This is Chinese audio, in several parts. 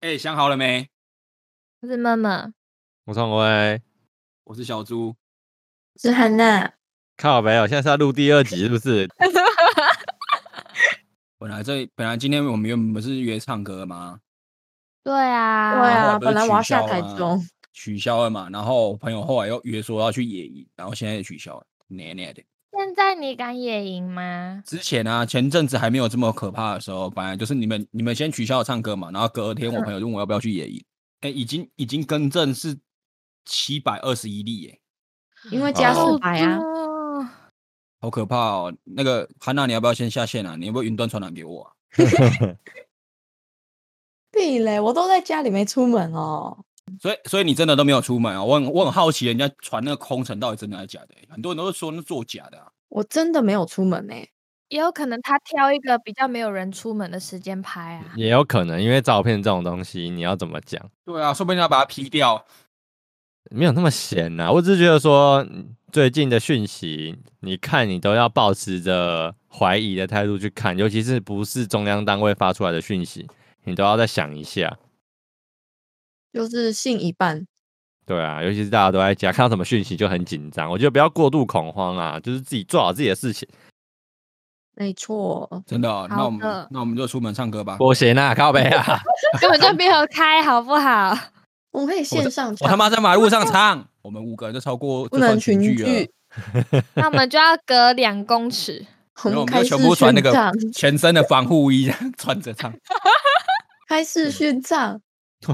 哎、想好了没？我是妈妈，我创威，我是小猪。是汉娜，靠北哦，现在是要录第二集是 不是？本来这本来今天我们原本是约唱歌嘛，对对啊，然后啊，不本是来取我要下消台吗中，取消了嘛。然后我朋友后来又约说要去野营，然后现在也取消了，奶奶的。现在你敢野营吗？之前啊，前阵子还没有这么可怕的时候，本来就是你们你们先取消唱歌嘛，然后隔天嗯我朋友就问我要不要去野营，哎、已经已经更正是七百二十一例耶、因为加哦四百啊，哦好可怕哦！那个韩娜，你要不要先下线啊？你要不要云端传染给我啊？屁嘞，我都在家里没出门哦。所以，所以你真的都没有出门啊？我很我很好奇，人家传那个空城到底真的还是假的欸、很多人都说那作假的、啊。我真的没有出门呢、欸也有可能他挑一个比较没有人出门的时间拍啊。也有可能，因为照片这种东西，你要怎么讲？对啊，说不定要把它 P 掉。没有那么闲呐、我只是觉得说嗯最近的讯息，你看你都要保持着怀疑的态度去看，尤其是不是中央单位发出来的讯息，你都要再想一下。就是信一半。对啊，尤其是大家都在家，看到什么讯息就很紧张。我觉得不要过度恐慌啊，就是自己做好自己的事情。没错，真的哦、那好我们的那我们就出门唱歌吧。我我闲啊，靠背 啊， 根本就没有开，好不好？ 我们可以线上他唱，妈在马路上唱，我们五个人就超过不就算能群聚啊了聚，，那我们就要隔两公尺。我然后我们们开就视全部穿那讯个账，全身的防护衣穿着唱。开嗯视讯账，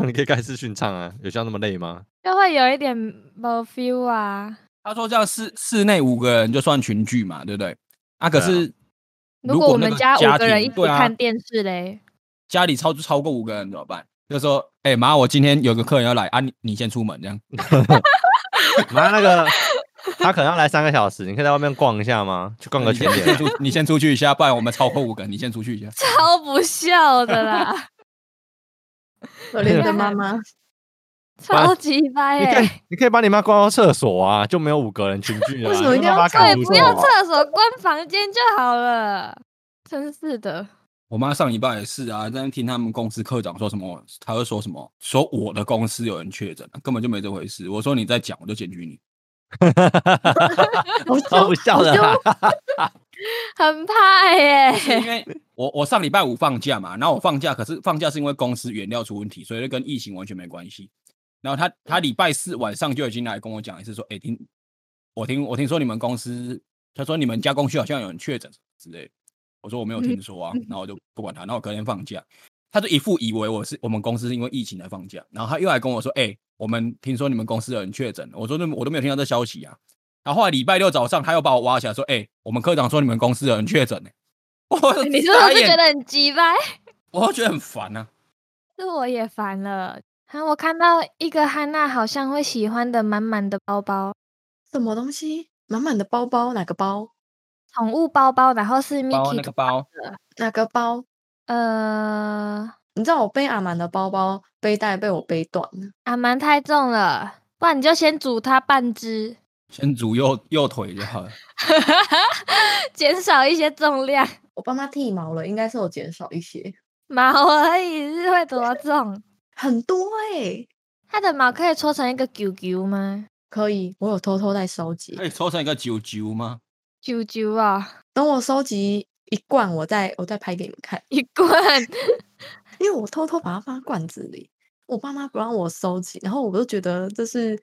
你可以开视讯唱啊，有需要那么累吗？ 就会有一点没 feel 啊。他说这样室室内五个人就算群聚嘛，对不对？啊，可对啊是如果我那们个家五个人庭一起对啊看电视 嘞，家里超超过五个人怎么办？就说，哎、妈，我今天有个客人要来啊，你你先出门这样。妈那个他可能要来三个小时，你可以在外面逛一下吗？去逛个你全先脸。出你先出去一下，不然我们超过五个人，你先出去一下。超不孝的 啦， 可啊怜的对妈妈。超级掰你哎、可以你可以把你妈关到厕所啊，就没有五个人群聚了啊、为什 么一定你就要把她对赶，出不要去厕所，关房间就好了。真是的，我妈上礼拜也是啊，在那听他们公司科长说什么，她会说什么，说我的公司有人确诊，啊根本就没这回事。我说你在讲，我就检举你。啊 我超就不孝的啊啦。很怕欸耶、 因为我我上礼拜五放假嘛，然后我放假，可是放假是因为公司原料出问题，所以就跟疫情完全没关系。然后他他礼拜四晚上就已经来跟我讲一次，说，哎、听我听我听说你们公司，他说你们加工区好像有人确诊之类的，我说我没嗯有听说啊，然后我就不管他，然后我隔天放假，他就一副以为我是我们公司是因为疫情才放假，然后他又来跟我说，哎、我们听说你们公司有人确诊，我说那我都没有听到这消息啊。然后后来礼拜六早上，他又把我挖起来说：“哎、我们科长说你们公司有人确诊呢。”我 就哎你是傻不是眼觉得很鸡掰？我觉得很烦啊。是 我也烦了。啊，我看到一个汉娜好像会喜欢的满满的包包，什么东西？满满的包包，哪个包？宠物包包，然后是 Mickey 包那的个包，哪个包？呃，你知道我背阿满的包包背带被我背断了，阿蛮太重了，不然你就先煮它半只， 先煮右右腿就 好了。减少一些重量。我帮他剃毛了，应该是有减少一些，毛而已是会多重？很多哎、它的毛可以搓成一个球球吗？可以，我有偷偷在收集可，以哎搓成一个九九吗？球球啊，等我收集一罐，我再我再拍给你们看，一罐因为我偷偷把它放在罐子里，我爸妈不让我收集，然后我就觉得这是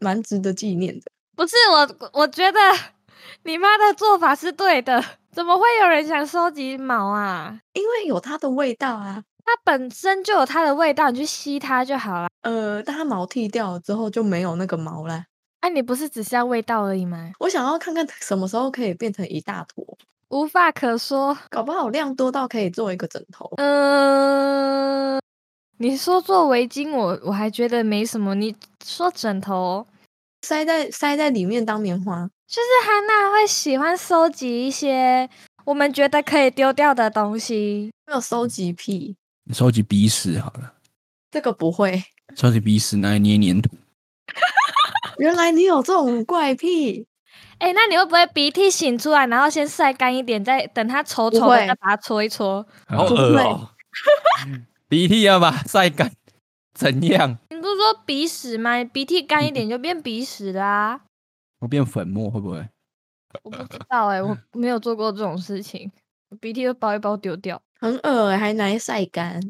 蛮值得纪念的。 不是我，我觉得 你妈的做法是对的。怎么会有人想收集毛啊？因为有它的味道啊，它本身就有它的味道，你去吸它就好了。呃，但它毛剃掉了之后就没有那个毛啦。哎、你不是只是要味道而已吗？我想要看看什么时候可以变成一大坨，无话可说。搞不好量多到可以做一个枕头。嗯，你说做围巾我，我还觉得没什么。你说枕头，哦塞在塞在里面当棉花，就是汉娜会喜欢收集一些我们觉得可以丢掉的东西。没有收集癖，你收集鼻屎好了，这个不会。收集鼻屎拿来捏黏土。原来你有这种怪癖，哎、那你会不会鼻涕醒出来，然后先晒干一点，再等它稠不稠的，会哦再把它搓一搓？好然后恶哦、鼻涕要把它晒干，怎样？你不是说鼻屎吗？你鼻涕嗯干一点就变鼻屎啦、我变粉末会不会？我不知道哎、我没有做过这种事情，我鼻涕都包一包丢掉。很恶、欸，还拿来晒干，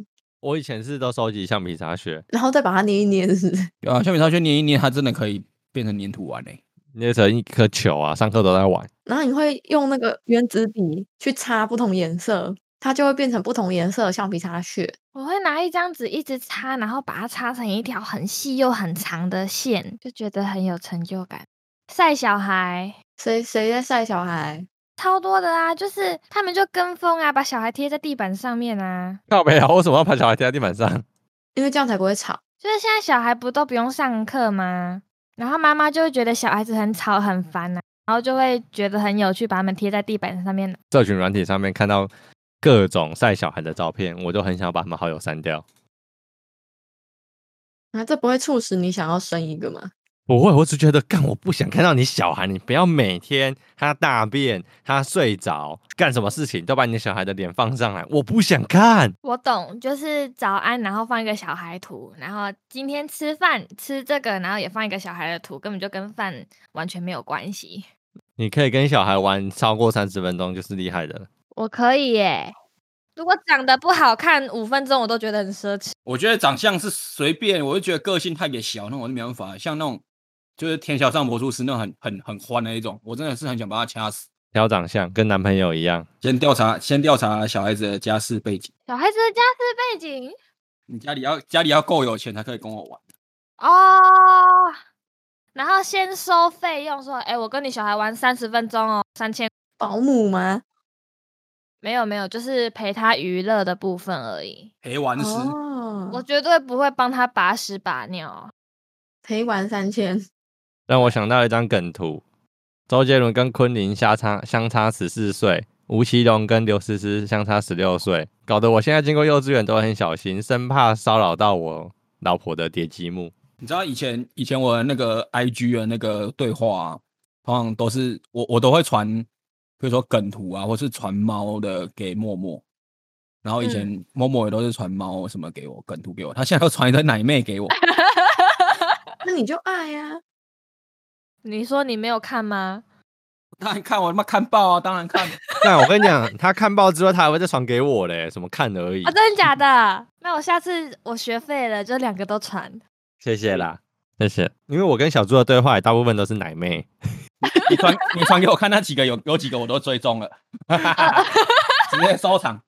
我以前是都收集橡皮擦屑，然后再把它捏一捏，是不是？ 对啊，橡皮擦圈捏一捏，它真的可以变成粘土欸玩嘞、捏成一颗球啊，上课都在玩。然后你会用那个原子笔去擦不同颜色，它就会变成不同颜色的橡皮擦屑。我会拿一张纸一直擦，然后把它擦成一条很细又很长的线，就觉得很有成就感。晒小孩谁谁在晒小孩？超多的啊，就是他们就跟风啊，把小孩贴在地板上面啊。靠北啊！为什么要把小孩贴在地板上？因为这样才不会吵。就是现在小孩不都不用上课吗？然后妈妈就会觉得小孩子很吵很烦啊，然后就会觉得很有趣，把他们贴在地板上面。社群软体上面看到各种晒小孩的照片，我就很想把他们好友删掉。那、啊这不会促使你想要生一个吗？不会，我只觉得干，我不想看到你小孩，你不要每天他大便、他睡着、干什么事情都把你小孩的脸放上来，我不想看。我懂，就是早安，然后放一个小孩图，然后今天吃饭吃这个，然后也放一个小孩的图，根本就跟饭完全没有关系。你可以跟小孩玩超过三十分钟就是厉害的了。我可以耶，如果长得不好看，五分钟我都觉得很奢侈。我觉得长相是随便，我就觉得个性太给小，那我是没办法。像那种就是天桥上魔术师那种很很很欢的那种，我真的是很想把他掐死。挑长相跟男朋友一样，先调查，先调查小孩子的家世背景。小孩子的家世背景你家里要家里要够有钱才可以跟我玩。哦，然后先收费用，说，哎，我跟你小孩玩三十分钟哦，三千。保姆吗？没有没有，就是陪他娱乐的部分而已。陪玩师，哦，我绝对不会帮他把屎把尿。陪玩三千，让我想到一张梗图：周杰伦跟昆凌相差相差十四岁，吴奇隆跟刘诗诗相差十六岁，搞得我现在经过幼稚园都很小心，生怕骚扰到我老婆的叠积木。你知道以前以前我的那个 IG 的那个对话、啊，通常都是我我都会传，比如说梗图啊，或是传猫的给默默。然后以前默默也都是传猫什么给我梗图给我，他现在都传一堆奶妹给我， 那你就爱呀、啊。你说你没有看吗？当然看我他妈看爆啊，当然看。但我跟你讲，他看报之后，他还会再传给我嘞，什么看而已啊，。真的假的？那我下次我学废了，就两个都传。谢谢啦，谢谢。因为我跟小猪的对话也大部分都是奶妹， 你传你传给我看那几个有有几个我都追踪了， 直接收藏。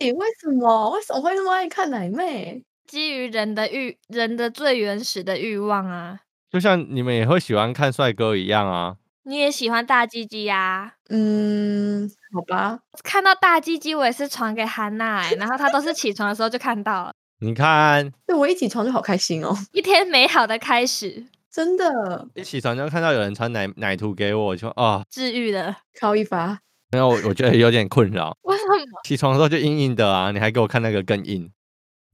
诶、为什么？为什么会那么爱看奶妹？基于人的欲，人的最原始的欲望啊，就像你们也会喜欢看帅哥一样啊。你也喜欢大鸡鸡呀、嗯，好吧，看到大鸡鸡，我也是传给韩娜、欸，然后她都是起床的时候就看到了，你看，对我一起床就好开心哦，一天美好的开始，真的，一起床就看到有人传奶奶图给我，就哦，治愈了。靠 一发。然后我我觉得有点困扰。为什么？起床的时候就硬硬的啊，你还给我看那个更硬。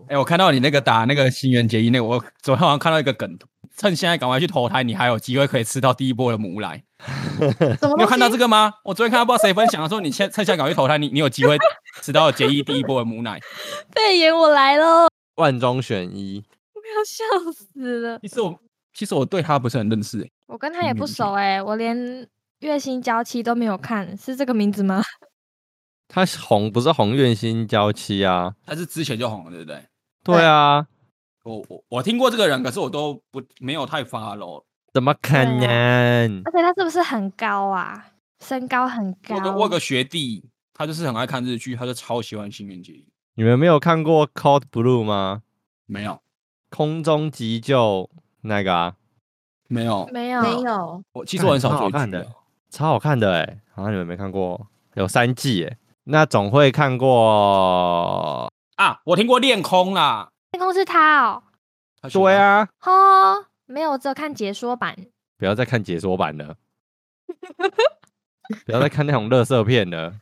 哎、我看到你那个打那个新垣结衣那个，我昨天好像看到一个梗图，趁现在赶快去投胎，你还有机会可以吃到第一波的母奶。怎么你有看到这个？个吗？我昨天看到不知道谁分享的说，你趁趁现在赶快去投胎，你你有机会吃到结衣第一波的母奶。肺炎我来喽！万中选一，我要笑死了。其实我其实我对他不是很认识、欸，我跟他也零不年级熟哎、我连月薪娇妻都没有看，是这个名字吗？ 他红不是红月薪娇妻啊？他是之前就红了，对不对？对对啊，我我我听过这个人，可是我都不没有太 follow，怎么可对能？而且他是不是很高啊？身高很我高。有个我有个学弟，他就是很爱看日剧，他就超喜欢新垣结衣。你们没有看过《Cold Blue》吗？没有，空中急救那个啊，没 有，没有，没有，我其实我很少干追超好剧看的的。超好看的哎、好像你们没看过，有三季哎、那总会看过，啊，我听过恋空啦。天空是他哦。他喜欢对，啊，哦，没有，我只有看解说版。不要再看解说版了，不要再看那种乐色片了，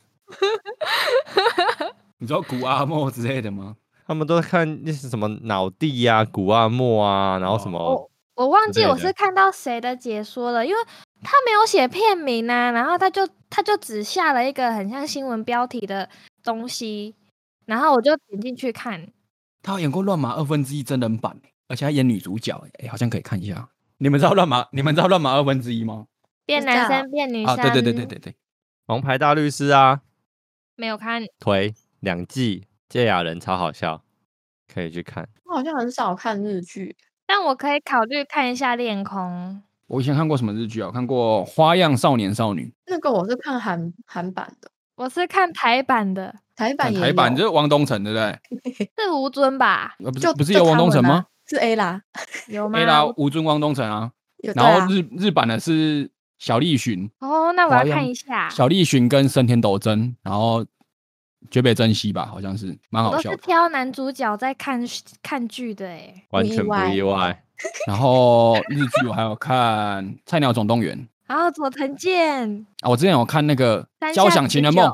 你知道古阿莫之类的吗？他们都看那是什么脑地呀、啊、古阿莫啊，然后什么、我忘记对我的是看到谁的解说了，因为他没有写片名啊呐、然后他就他就只下了一个很像新闻标题的东西，然后我就点进去看，她演过《乱麻二分之一》真人版，而且她演女主角，哎、好像可以看一下。你们知道《乱麻》你们知道《乱麻二分之一》吗？变知男道生变女生，啊，对对对对，对对，王牌大律师啊，没有看，推两季，芥雅人超好笑，可以去看。我好像很少看日剧，但我可以考虑看一下《恋空我以前看过什么日剧啊？我看过《花样少年少女那个我是看韩韩版的，》，我是看台版的，台》，版也哦台版有就是王东城，对不对？是吴尊吧？呃，不是就不是就有王他东们城啊吗？？是 A 啦，有吗？黑啦，吴尊、王东城啊。有对然啊后，日日版的是小栗旬，哦，那我华要阳看一下。小栗旬跟生田斗真，然后绝北真希吧，好像是蛮我好都笑是的。挑男主角在看看剧的哎，完意全不外意外。然后日剧我还有看《菜鸟总动员》然后佐藤健、啊，我之前有看那个山《交下响情智人梦久》，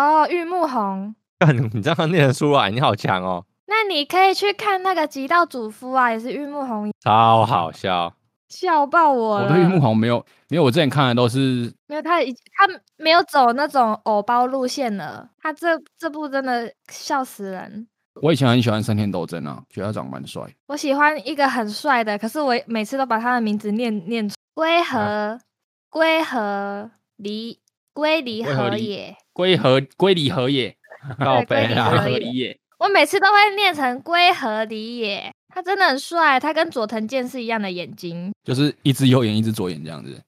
哦，玉木宏。 干，你这样念得出来，你好强哦，那你可以去看那个《极道主夫》啊，也是玉木宏，超好笑。笑爆我我了。哦对玉木宏没有，因为我之前看的都是没有他已，他没有走那种偶包路线了。他这这部真的笑死人。我以前很喜欢生田斗真啊，觉得他长得蛮帅。我喜欢一个很帅的，可是我每次都把他的名字念念错。啊龟和龟和离龟离龟和和离也，龟和龟梨和也，告龟白梨龟和啦，梨也和也，我每次都会念成龟和离也。他真的很帅，他跟佐藤健是一样的眼睛，就是一只右眼一只左眼这样子。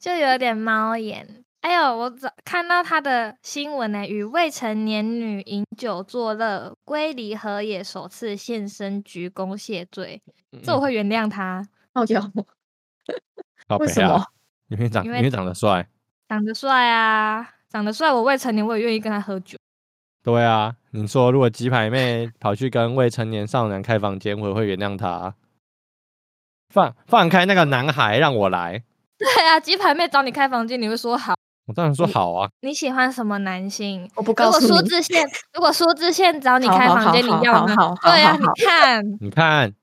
就有点猫眼。哎呦，我早看到他的新闻呢、与未成年女饮酒作乐，龟梨和也首次现身鞠躬谢罪，这我嗯会原谅他，哦 有，告为白什啦么？？因为啊长，因因为为长得帅。长得帅啊，长得帅，我未成年我也愿意跟他喝酒。 对啊，你说如果鸡排妹跑去跟未成年少男开房间，我也会原谅她。放放开那个男孩，让我来。对啊，鸡排妹找你开房间，你会说好。我当然说好啊，你喜欢什么男性？我不如告果诉苏你，志燮，如果苏志燮找你好开好房好间，你好要好吗好？好对啊，好你好看，你看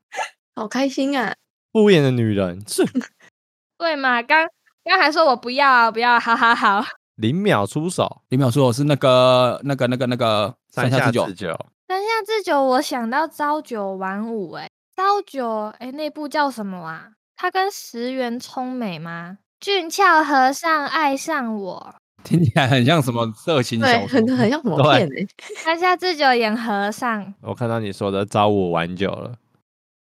好开心啊！敷衍的女人是对嘛？刚刚还说我不要啊，不要啊，好好好。零秒出手，李淼说我是那个那个那个那个山下下智久智， 久，山下智久，我想到朝九晚五、欸，哎，朝九，哎、那部叫什么啊？他跟石原聪美吗？俊俏和尚爱上我，听起来很像什么色情对小，说很。很像什么对片哎、山下智久演和尚，我看到你说的朝五晚九了，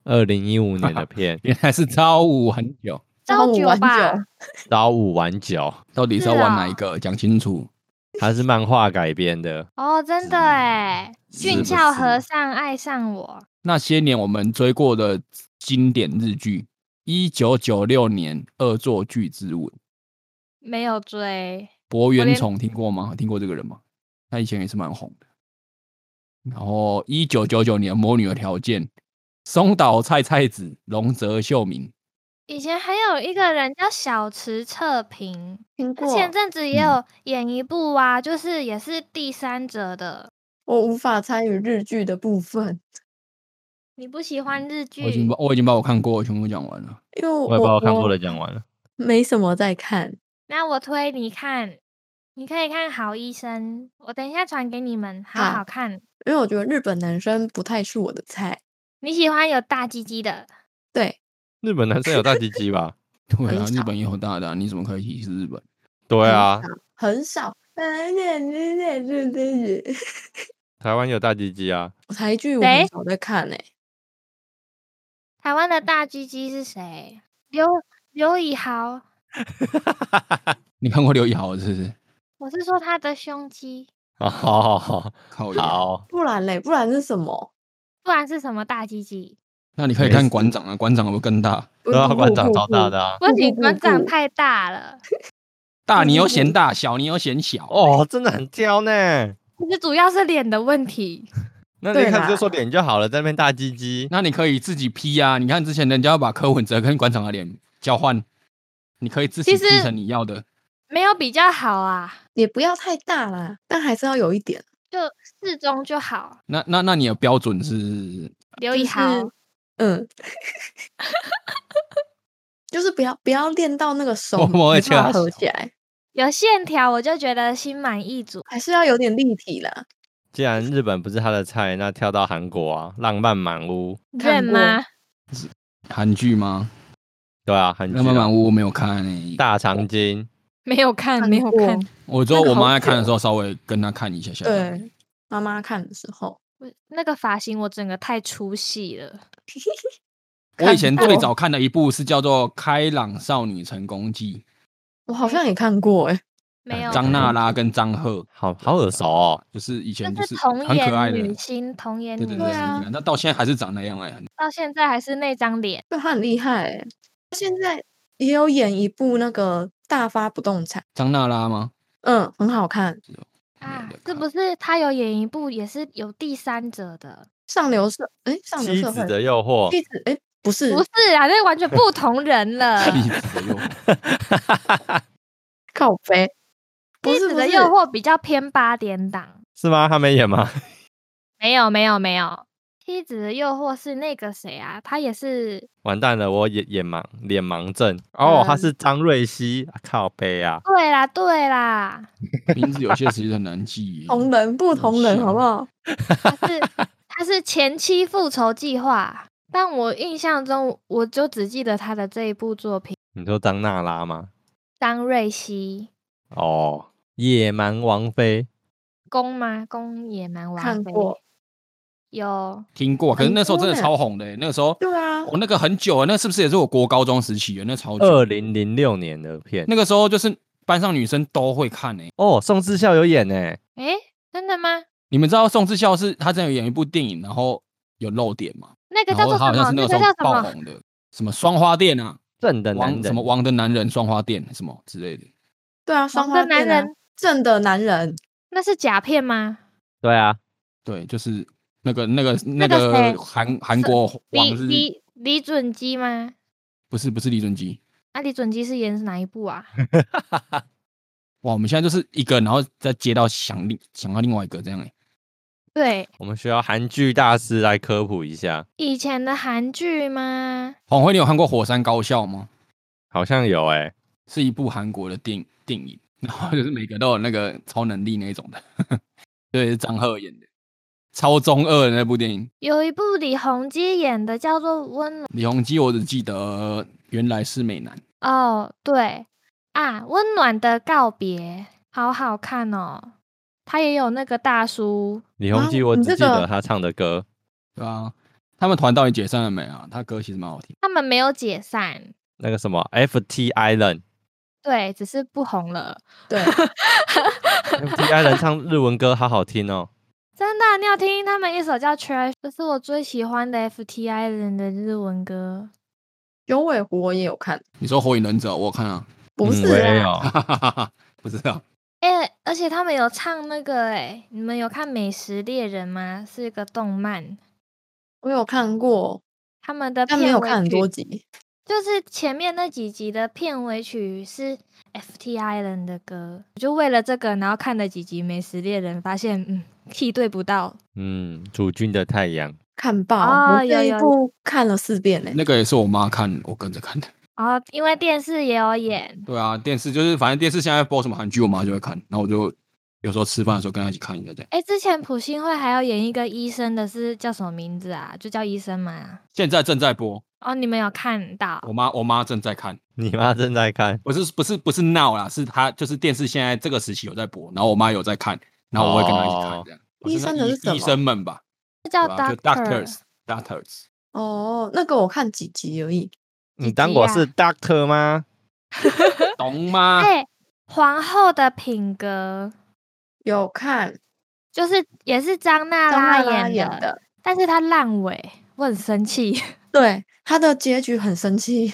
二零一五年的片， 原来是朝五很久，朝五九晚吧九，朝五晚九，到底是要是玩啊哪一个？讲清楚。它是漫画改编的，哦，真的哎、是俊不俏是和尚爱上我，那些年我们追过的经典日剧，一九九六年《恶作剧之吻》，没有追，博元连崇听过吗？听过这个人吗？他以前也是蛮红的。然后一九九九年《魔女的条件》，松岛菜菜子、龙泽秀明，以前还有一个人叫小池测评，听他过，前阵子也嗯有演一部啊，就是也是第三者的。我无法参与日剧的部分，你不喜欢日剧我已？经把我已经把我看过的全部讲完了。因为我我也把我看过的讲完了。没什么在看。那我推你看，你可以看《好医生》，我等一下传给你们，好好好看。因为我觉得日本男生不太是我的菜，你喜欢有大鸡鸡的？对，日本男生有大鸡鸡吧？对啊，很日少本也有大的啊、你怎么可以歧视日本？对啊， 很少。台湾有大鸡 鸡啊，我 台剧我谁很少在看欸诶、台湾的嗯大鸡鸡是谁？刘刘以豪，你看过刘以豪是不是？我是说他的胸肌，好好好靠腰。好，不然嘞，不然是什么？不然是什么大鸡鸡？那你可以没看事馆长啊，馆长有没有更大？不然后不馆不长不超大不的啊，不不行，不馆长不太大了，大你又嗯嫌大，小你又嫌小。哦，真的很挑呢。其实主要是脸的问题。那你对看啦就说脸就好了，在那边大鸡鸡，那你可以自己 P 啊！你看之前人家要把柯文哲跟馆长的脸交换，你可以自己其实 P 成你要的。没有比较好啊，也不要太大啦，但还是要有一点。适中就好。那那那你的标准是刘就以是豪，嗯， 就是不要不要练到那个手默默地没办掐法手合起来，有线条，我就觉得心满意足。还是要有点立体啦。既然日本不是他的菜，那跳到韩国啊，浪漫满屋，认吗？韩剧吗？对啊，韩剧那慢啊慢屋我没有看诶、大长今，没有看，没有过看。我之后那个我妈好在看的久时候稍微跟她看一下下。，对，妈妈看的时候，那个发型我整个太出戏了，我以前看过最早看的一部是叫做《开朗少女成功记我好像也看过哎、》，没有张看娜拉跟张赫，好好耳熟哦。就是以前就就是是童很可爱颜的，女星，童颜对女对星对，啊很可爱那到现在还是长那样哎，很到现在还是那张脸，对，她很厉害、欸。她现在也有演一部那个大发不动产，张娜拉吗？嗯，很好看，没啊有，是看不是他有演一部也是有第三者的？上流社哎、上流妻社子会的诱惑，妻子哎、不是不是啊，那完全不同人 了。妻子的诱惑靠背，不妻是子不的是诱惑比较偏八点档， 是吗？他没演吗？没有没有没有，妻子的诱惑是那个谁啊，他也是完蛋了，我眼眼盲脸盲症哦，他嗯是张瑞熙，啊靠背啊，对啦对啦，名字有些其实很难记耶。同人嗯不同人，啊像好不好？他是他是前妻复仇计划，但我印象中我就只记得他的这一部作品你说张娜拉吗？张瑞熙。哦，野蛮王妃，公吗？公野蛮王看妃过，有听过，可是那时候真的很多呢超红的耶，欸那个时候对啊，我那个很久了，那是不是也是我国高中时期的？那超久，二零零六年的片那个时候就是班上女生都会看欸诶。哦，宋智孝有演呢，诶，真的吗？你们知道宋智孝是他之前有演一部电影，然后有漏点嘛？那个然叫后做他好什像是么？那那个个时叫候什爆么？红的，什么双花店啊，正的男王人什么王的男人双花店什么之类的。对啊，双王的花男店啊人，正的男人，那是甲片吗？对啊，对，就是那个那个那那个谁个韩韩国李王是李李准基吗？不是不是李准基？啊，李准基是演是哪一 部啊？哇，我们现在就是一个，然后再接到想另想到另外一个这样哎、对，我们需要韩剧大师来科普一下，以前的韩剧吗？黄辉，你有看过《火山高校》吗？好像有哎，是一部韩国的电影电影，然后就是每个都有那个超能力那一种的，对，是张赫演的，超中二的那部电影。有一部李弘基演的叫做《温暖李弘基我只记得原来是美男，》哦，对啊，《温暖的告别》好好看哦，他也有那个大叔，李弘基我啊你只这记得个他唱的歌，对啊，他们团到底解散了没啊？他歌其实蛮好听，他们没有解散，那个什么 FT Island。对，只是不红了。对 FT Island 唱日文歌好好听哦，真的，你有听他们一首叫《Trash》，这是我最喜欢的 FTI 人的日文歌。九尾狐我也有看，你说《火影忍者》我有看啊，不嗯是我也啊，有， 哈哈哈哈， 不知道，哎、而且他们有唱那个哎、你们有看《美食猎人》吗？是一个动漫，我有看过，他们的但没有啊片看尾很多曲集。就是前面那几集的片尾曲是 FTI 人的歌，我就为了这个，然后看了几集《美食猎人》，发现嗯 key 对不到，嗯，主君的太阳，看爆！哦我有这一有部看了四遍呢、那个也是我妈看，我跟着看的。然后因为电视也有演，对啊，电视就是反正电视现在播什么韩剧，我妈就会看，然后我就有时候吃饭的时候跟她一起看一下这样。哎、之前朴信惠还要演一个医生的是叫什么名字啊？就叫医生嘛。现在正在播，哦，你们有看到？我妈我妈正在看，你妈正在看，不是不是不是闹啦，是她就是电视现在这个时期有在播，然后我妈有在看，然后我会跟她一起看这样。我医那生的是什么医医生们吧，是叫对吧？啊就 Doctor doctors doctors，哦，那个我看几集而已。你当我啊是 Doctor 吗？懂吗？哎、皇后的品格有看就是也是张娜张拉娜演拉的，演的，但是她烂尾，我很生气。对他的结局很生气，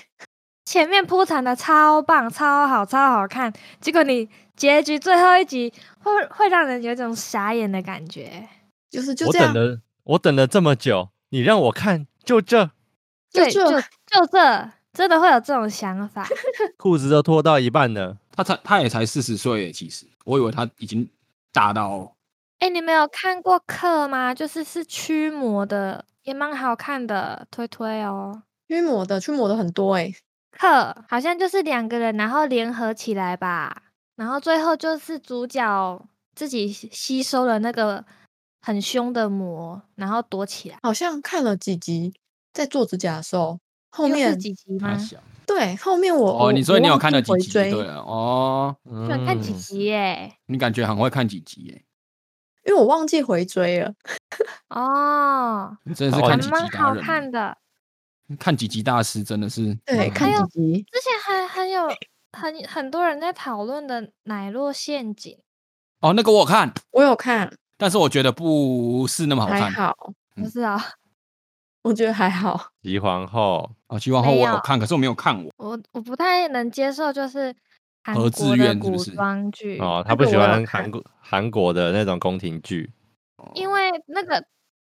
前面铺陈的超棒、超好、超好看，结果你结局最后一集会会让人有一种傻眼的感觉。就是就我这样等，了，我等了这么久，你让我看，就这就对，就这就这，真的会有这种想法。裤子都脱到一半了，她才她也才四十岁耶，其实我以为她已经大到哎、你们有看过课吗？就是是驱魔的，也蛮好看的，推推哦。驱魔的驱魔的很多哎、克好像就是两个人，然后联合起来吧，然后最后就是主角自己吸吸收了那个很凶的魔，然后躲起来。好像看了几集，在做指甲的时候，后又是面几集他吗？小对后面我哦，我你所以我你有忘看记了几回集？追对了，哦，居然看几嗯集耶、你感觉很会看几集耶，因为我忘记回追了。哦，你真的是哦看还几集蛮达好人，看的。看几集大师真的是对，嗯看还有几集，之前还很有很很多人在讨论的奶酪陷阱，哦，那个我有看，我有看，但是我觉得不是那么好还看。好，嗯不是啊、我觉得还好。齐皇后，哦，希望后没我有有看，可是我没有看我。我我不太能接受，就是韩何国志远的是不古是装剧哦，那他不个喜我有欢看韩国韩国的那种宫廷剧，因为那个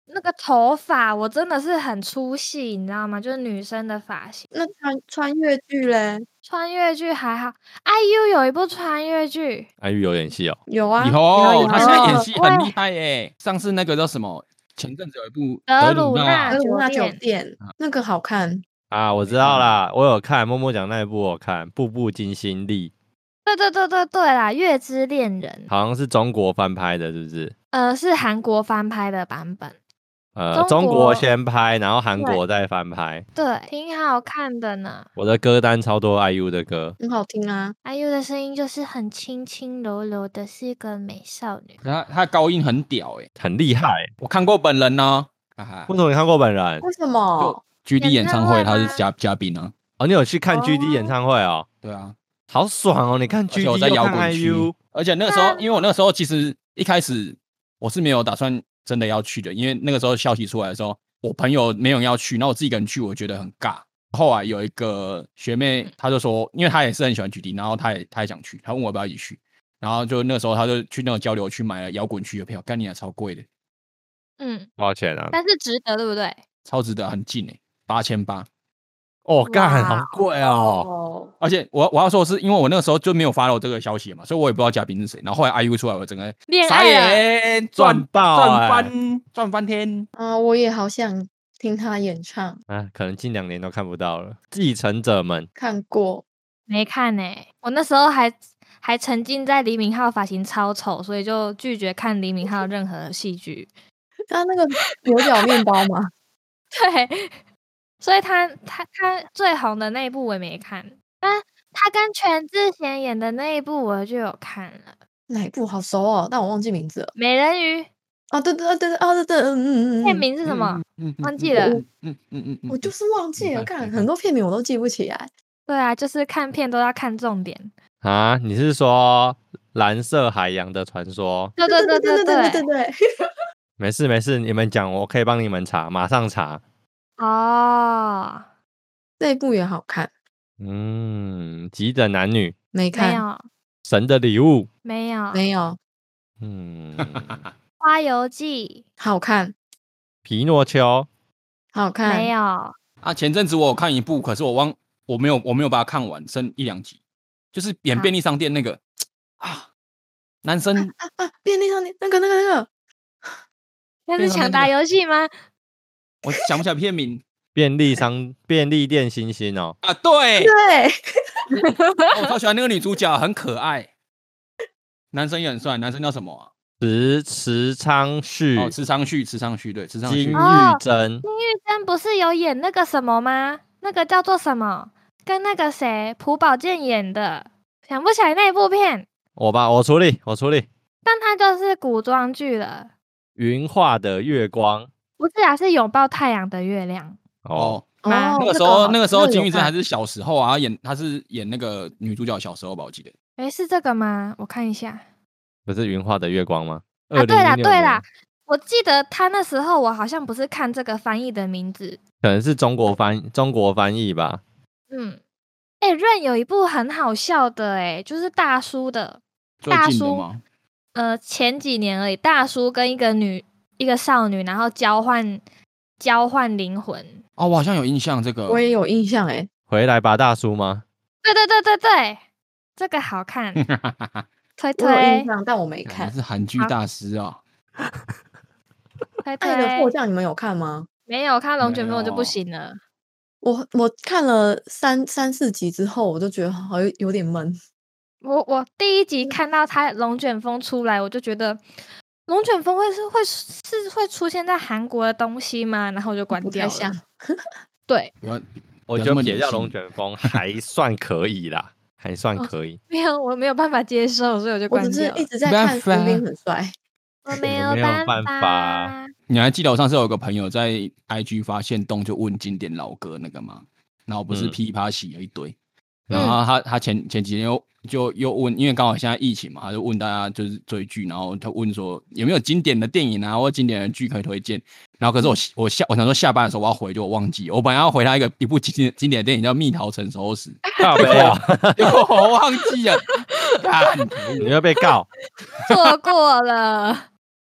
那个头发我真的是很出戏，你知道吗？就是女生的发型。那穿穿越剧嘞，穿越剧还好，IU 有一部穿越剧，爱玉有演戏哦，有啊，有有，有他现在有演戏很厉害耶。上次那个叫什么？前阵子有一部德鲁鲁纳纳格鲁纳酒酒店嗯那个好看，啊，我知没道看啦，我有看，默默讲那一部我有看，《步步惊心力对对对对对啦，《月之恋人》》，好像是中国翻拍的，是不是？呃，是韩国翻拍的版本，呃，中中国国先拍，然后韩对国再翻拍。对，挺好看的呢。我的歌单超多 IU 的歌，很好听啊。 IU 的声音就是很轻轻柔柔的，是一个美少女。他他高音很屌哎，很厉害。我看过本人呢。哈哈为什么你看过本人？为什么？ ，G D 演演唱唱会会他是吗嘉嘉宾啊。哦，你有去看哦 GD 演唱会哦，对啊，好爽哦！你看而且我 GD 在又摇看滚区 IU，，而且那个时候，那因为我那个时候其实一开始我是没有打算真的要去的，因为那个时候消息出来的时候，我朋友没有人要去，那我自己一个人去，我觉得很尬。后来有一个学妹，她就说，因为她也是很喜欢 GD，然后她也她也想去，她问我要不要一起去，然后就那时候她就去那个交流区买了摇滚区的票，干你还超贵的，嗯，多少钱啊？但是值得，对不对？超值得，很近诶、八千八。哦，干，哇好贵哦！哦，而且我我要说的是，因为我那个时候就没有发到这个消息嘛，所以我也不知道嘉宾是谁。然后后来 IU 出来，我整个恋傻爱了眼，赚爆赚哎翻赚翻天。啊，我也好想听他演唱，啊，可能近两年都看不到了。继承者们，看过，没看呢、我那时候还还沉浸在李敏镐发型超丑，所以就拒绝看李敏镐任何戏剧。他啊那个牛角面包嘛， 对， 所以他他他最红的那一部我也没看，但他跟全智贤演的那一部我就有看了，《 哪一部好熟哦？但我忘记名字了。美人鱼》哦，对对对对，哦对对，嗯嗯嗯片嗯，名是什么？嗯？嗯忘记了嗯嗯嗯嗯嗯，我就是忘记了，白看明很多片名我都记不起来。对啊，就是看片都要看重点。啊，你是说蓝色海洋的传说？对对对对对对对对，对，没事没事，你们讲，我可以帮你们查，马上查。哦，这一部也好看，嗯，急诊男女，没没看，有神的礼物。没有，《没有，嗯，花游记好看，皮诺丘，好》看没，有，啊！前阵子我有看一部，可是我忘我没有我没有把它看完，剩一两集，就是演啊便利商店那个啊，男生啊啊！便利商店那个那个那个，那非是常那抢答个游戏吗？ 我想不起来片名便利商便利店星星哦，啊。 对，对，我超喜欢那个女主角，很可爱，男生也很帅，男生叫什么啊？池池昌旭、哦，池昌旭，池昌旭，对，池昌金旭。哦玉珍，玉珍不是有演那个什么吗？那个叫做什么？跟那个谁朴宝剑演的，想不起来那部片，我吧，我处理，我处理。但它就是古装剧了。云画的月光不是啊，是《拥抱太阳的月亮》。哦，哦，妈哦那个时候，好那个时候金有玉珍看还是小时候啊，她演她是演那个女主角小时候吧，我记得。诶，是这个吗？我看一下。不是云画的月光吗？啊，对啦2016对啦年，，我记得他那时候我好像不是看这个翻译的名字。可能是中国翻中国翻译吧。嗯，诶，润有一部很好笑的、诶，就是大叔的，最大近的叔吗？呃，前几年而已，大叔跟一个女一个少女，然后交换交换灵魂。哦，我好像有印象这个。，我也有印象哎，回来吧，大叔吗？对对对对对，这个好看哈哈哈推我有印推象，但我没看看。是韩剧大师啊！推《爱的推，迫降》你们有看吗？没有看龙卷风我就没有不行了。我我看了三三四集之后，我就觉得好像有点闷。我我第一集看到他龙卷风出来，我就觉得龙卷风会是会是会出现在韩国的东西吗？然后我就关不掉太了。像。对，我不我要那觉得么撇理掉性龙卷风还算可以啦，还算哦可以。 没有，我没有办法接受，所以我就我关只是掉了。一直在没办看孙法啊斌很帅，我没没有办办法你还记得我上次有个朋友在 IG 发现动就问经典老歌那个吗？然后不是嗯噼里啪啦洗了一堆，嗯然后他他前前几天又就又问，因为刚好现在疫情嘛，他就问大家就是追剧，然后他问说有没有经典的电影啊或经典的剧可以推荐。然后可是我嗯我下我想说下班的时候我要回，就我忘记，我本来要回他一个一部经典经典的电影叫《蜜桃成熟 时 告没有，》，结果我忘记了，干你会被告。 错过了。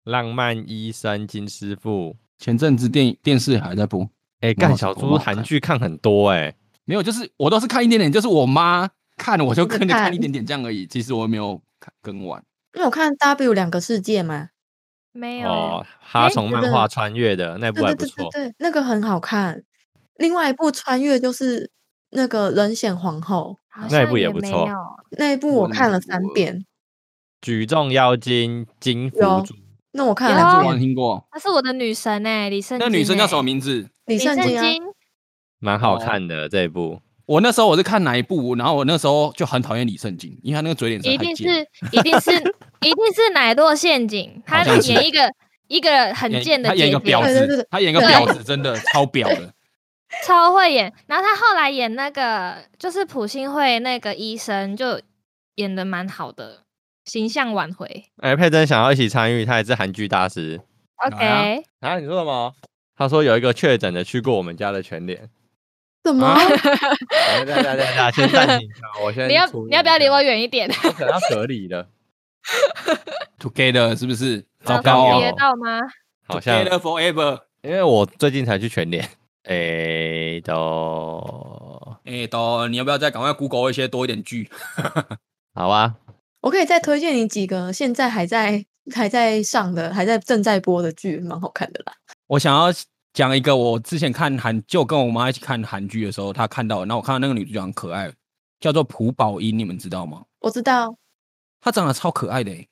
浪漫医生金师傅，前阵子电影电视还在播，哎、蛮好干小看蛮猪好韩看剧看很多哎、没有，就是我都是看一点点，就是我妈看我就跟跟着着看看一点点这样而已。其实我没有看跟完，因为我看 W 两个世界嘛，没有，哦，他从那漫个画穿越的那部对对还不对对错，对，那个很好看。另外一部穿越就是那个人显皇后好那一像部也也不没错有那一部，我我没看了看三过遍，举重妖精金福有珠，那我看了有两这我啊好像遍。听过。她是我的女神哎、李圣、那女生叫什么名？名字？李李圣圣经啊，经蛮好哦看的、这一部。我那时候我是看哪一部，然后我那时候就很讨厌李圣经，因为他那个嘴脸实一在太定贱。是一定是一定是奶酪陷阱，她好像是演一个一个很演贱的他演姐一个婊姐，对对子 对对，他演一个对婊子，真的超婊的。 超会演。然后她后来演那个就是普信会那个医生，就演的蛮好的，形象挽回。哎、佩珍想要一起参与，他也是韩剧大师 OK，、哎啊。你说什么？他说有一个确诊的去过我们家的全脸。怎么啊？等一下等一下等 一下，先暂停一下，我先你要处理你要不要一离下我？远一点？我可能要隔离 了， Together 是不是？有糟糕哦别哦到吗？好像，Together Forever。因为我最近才去全脸，哎、都哎，都你要不要再赶快 Google 一些多一点剧？好啊， 我可以再推荐你几个现在还在还在上的、还在正在播的剧，蛮好看的啦。我想要讲一个，我之前看韩，就跟我妈一起看韩剧的时候，她看到的，然后我看到那个女主角很可爱，叫做朴宝英，你们知道吗？我知道，她长得超可爱的、欸，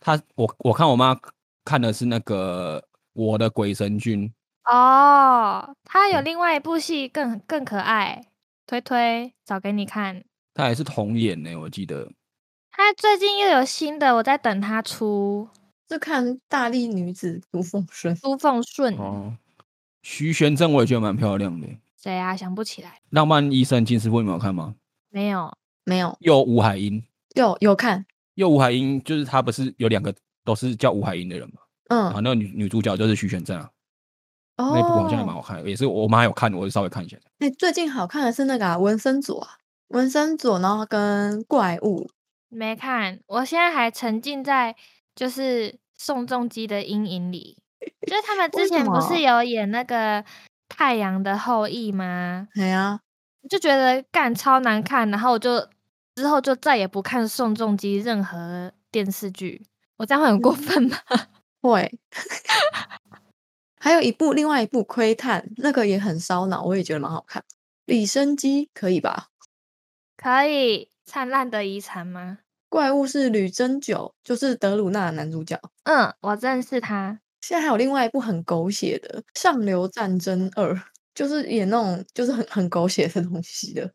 她我我看我妈看的是那个《我的鬼神君》，哦，她嗯有另外一部戏更更可爱，推推找给你看。她也是童演呢、我记得她最近又有新的，我在等她出是看大力女子如凤生，朱凤顺。哦。徐玄正我也觉得蛮漂亮的、谁啊？想不起来，浪漫医生金师傅》你们有看吗？没有。没有？又吴海英，有有看，又吴海英就是她不是有两个都是叫吴海英的人嘛？嗯然后，那个女女主角就是徐玄正啊。哦，啊那一部好像也蛮好看的，也是我妈有看，我就稍微看一下。哎、最近好看的是那个、啊、文森佐啊，文森佐，然后跟怪物，没看，我现在还沉浸在就是宋仲基的阴影里。就是他们为之什前不么是有演那个《太阳的后裔》吗？哎呀，就觉得干超难看，然后我就之后就再也不看宋仲基任何电视剧。我这样会很过分吗？ 会。 还有一部，另外一部《窥探》，那个也很烧脑，我也觉得蛮好看。李生基可以吧？可以灿烂的遗产吗？怪物是吕珍九，就是德鲁纳的男主角。嗯，我认识他。现在还有另外一部很狗血的《上流战争二》，就是演那种就是很很狗血的东西的。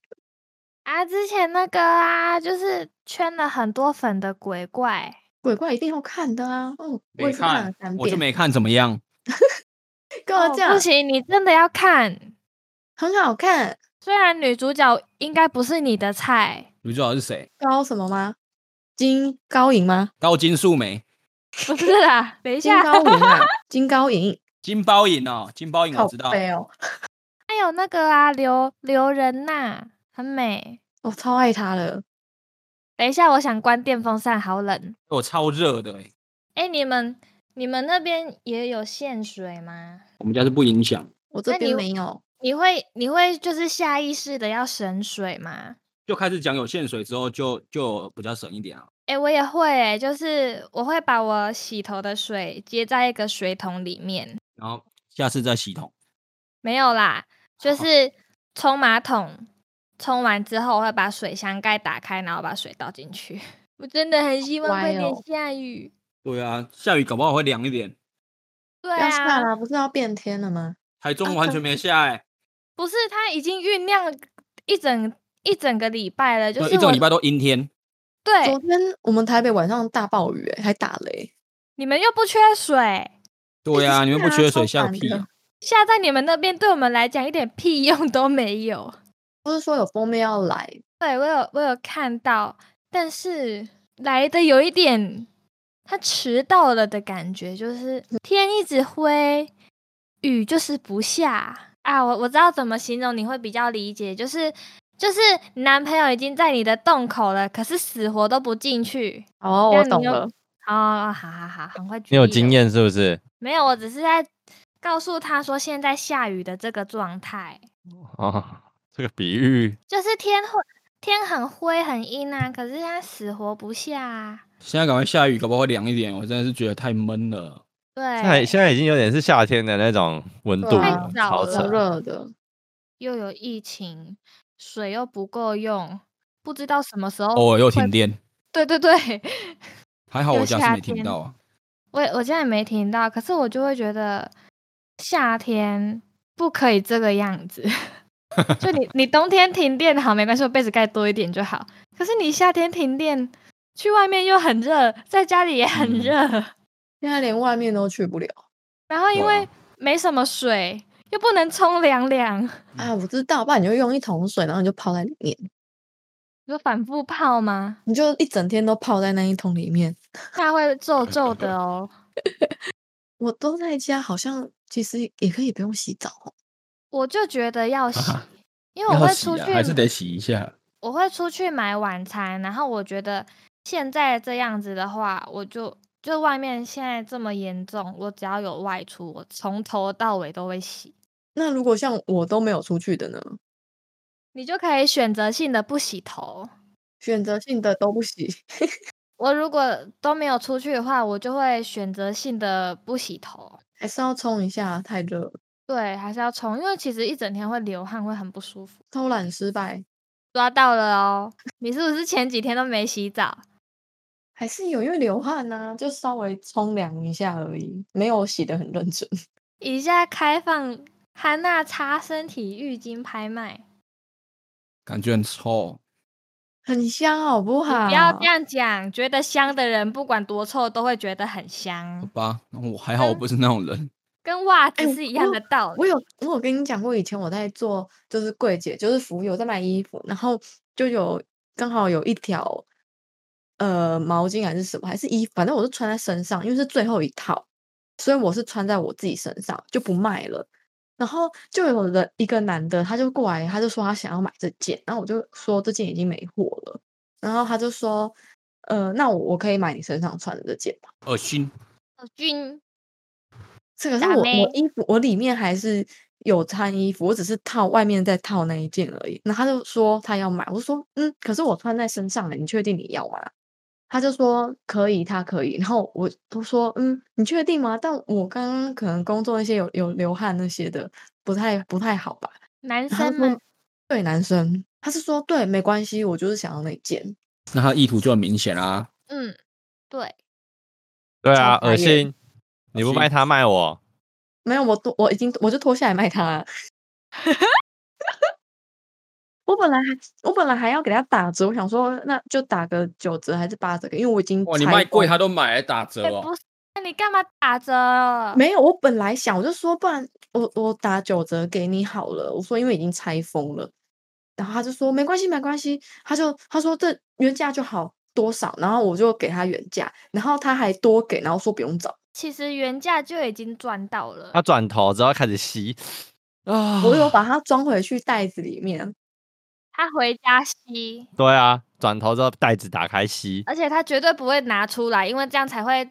啊，之前那个啊，就是圈了很多粉的鬼怪，鬼怪一定要看的啊！哦，我也是了三我就遍。没看，怎么样？跟我哦讲，不行，你真的要看。很好看。虽然女主角应该不是你的菜，女主角是谁？高什么吗？金高银吗？高金素梅、不是啦，等一金下，高银啊，金高银，金包银哦， 金包银好我知道，啊肥哦，还有那个啊，刘刘仁娜很美。我超爱他的。等一下，我想关电风扇，好冷。哦我超热的、欸，哎、你们你们那边也有限水吗？我们家是不影响，我这那边你没有，你会你会就是下意识的要省水吗？就开始讲有限水之后就就比较省一点啊。哎、我也会哎、就是我会把我洗头的水接在一个水桶里面，然后下次再洗桶，没有啦，哦就好是冲马桶，冲完之后我会 把水箱盖打开，然后把水倒进去。我真的很希望乖快点哦下雨。对啊，下雨搞不好会凉一点。对要下啊，啦，不是要变天了吗？台中啊完对全没下哎、不是它已经酝酿一整一整个礼拜了，就对是一整我个礼拜都阴天。对昨天我们台北晚上大暴雨、欸，还打雷，你们又不缺水，对哎啊，你们不下啊缺水超下个烦屁、的啊！下在你们那边对我们来讲一点屁用都没有。 不是说有封面要来，对我有我有看到，但是来的有一点，他迟到了的感觉，就是天一直灰，雨就是不下啊。我我知道怎么形容你会比较理解，就是就是男朋友已经在你的洞口了，可是死活都不进去。这哦，啊我样你懂又了。哦，好好好，很快。你有经？验是不是？没有，我只是在告诉他说现在下雨的这个状态。哦，这个比喻就是天会天很灰很阴啊，可是它死活不下啊。现在赶快下雨，搞不好会凉一点。我真的是觉得太闷了。对，现在现在已经有点是夏天的那种温对度啊了，太早超了扯超。热的，又有疫情，水又不够用，不知道什么时候偶尔又哦会停。电，对对对，还好又我家是夏没停天到啊。我我现在没停到，可是我就会觉得夏天不可以这个样子。就你你冬天停电好没关系，我被子盖多一点就好。可是你夏天停电，去外面又很热，在家里也很嗯热。现在连外面都去不了然后因对啊为没什么水，又不能冲凉凉，啊！我知道，不然你就用一桶水，然后你就泡在里面，你说反复泡吗？你就一整天都泡在那一桶里面。它会 皱皱的哦。我都在家，好像其实也可以不用洗澡哦。我就觉得要洗，啊因为我要会洗出啊去，还是得洗一下。我会出去买晚餐，然后我觉得现在这样子的话，我就就外面现在这么严重，我只要有外出，我从头到尾都会洗。那如果像我都没有出去的呢？你就可以选择性的不洗头。选择性的都不洗， 我如果都没有出去的话，我就会选择性的不洗头。还是要冲一下，太热了，对，还是要冲，因为其实一整天会流汗，会很不舒服。偷懒失败，抓到了哦，你是不是前几天都没洗澡？还是有因为流汗呢、就稍微冲凉一下而已，没有洗的很认真。 以下开放汉娜擦身体浴巾拍卖，感觉很臭，很香，好不你好？不要这样讲，觉得香的人不管多臭都会觉得很香好，吧？那我还好，我不是那种人。跟袜嗯哎子是一样的道理。我有，我有跟你讲过，以前我在做就是柜姐，就是服务业，我在卖衣服，然后就有刚好有一条呃毛巾还是什么，还是衣服，反正我是穿在身上，因为是最后一套，所以我是穿在我自己身上就不卖了。然后就有人一个男的，他就过来，他就说他想要买这件，然后我就说这件已经没货了，然后他就说，呃，那我我可以买你身上穿的这件吗？恶心，君，这个是打我咩我衣服，我里面还是有穿衣服，我只是套外面再套那一件而已。然后他就说他要买，我就说嗯，可是我穿在身上了，你确定你要吗？他就说可以，他可以。然后我都说嗯，你确定吗？但我刚刚可能工作那些有有流汗那些的，不太不太好吧。男然后他生就们说对男生，他是说对，没关系，我就是想要那一件。那他意图就很明显啊。嗯，对，对啊，超傻恶眼心！你不恶心卖他卖我，没有，我脱我已经我就脱下来卖他 了。我本来还我本来还要给他打折，我想说那就打个九折还是八折，因为我已经哇，你拆卖贵封他都买来打折哎、哦不。是，那你干嘛打折了？没有，我本来想我就说不然我我打九折给你好了，我说因为已经拆封了，然后他就说没关系没关系，他就他说这原价就好多少，然后我就给他原价，然后他还多给，然后说不用找，其实原价就已经赚到了。啊他转头之后开始吸啊！我有把它装回去袋子里面，他回家吸，对啊，转头之后袋子打开吸，而且他绝对不会拿出来，因为这样才会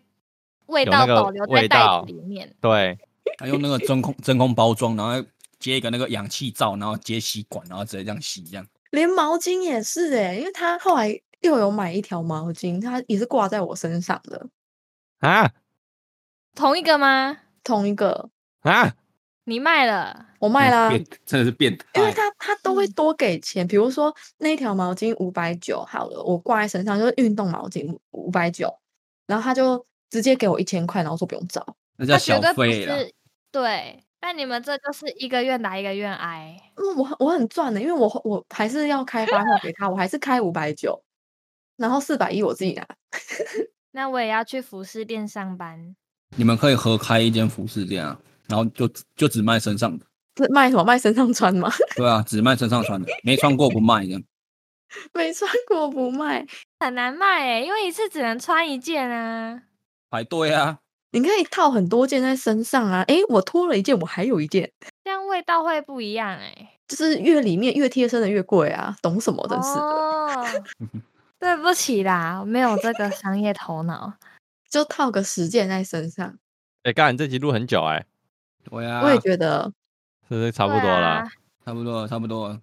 味有道那个保留在味袋道子里面。对，他用那个真空真空包装，然后接一个那个氧气罩，然后接吸管，然后直接这样吸，这样连毛巾也是哎、因为他后来又有买一条毛巾，他也是挂在我身上的，啊同一个吗？同一个啊！你卖了，我卖啦，嗯变真的是变因为态。他他都会嗯多给钱，比如说那一条毛巾五百九好了，我挂在身上就是运动毛巾五百九，然后他就直接给我一千块，然后说不用找。那叫他绝小对不费啦。是对。但你们这就是一个愿打一个愿挨，嗯，我很我很赚的，因为我我还是要开发票给他，我还是开五百九，然后四百一我自己拿。那我也要去服饰店上班。你们可以合开一间服饰店啊，然后就就只卖身上的，这卖什么？卖身上穿吗？ 对啊，只卖身上穿的，没穿过不卖这样。没穿过不卖。很难卖诶、因为一次只能穿一件啊。排队啊，你可以套很多件在身上啊。诶，我脱了一件，我还有一件，这样味道会不一样哎、就是越里面越贴身的越贵啊，懂什么真是的。 哦，对不起啦，我没有这个商业头脑。就套个十件在身上，哎、刚才你这集录很久哎、对啊我，也觉得是不是差不对多了？啊差不多了，差不多了。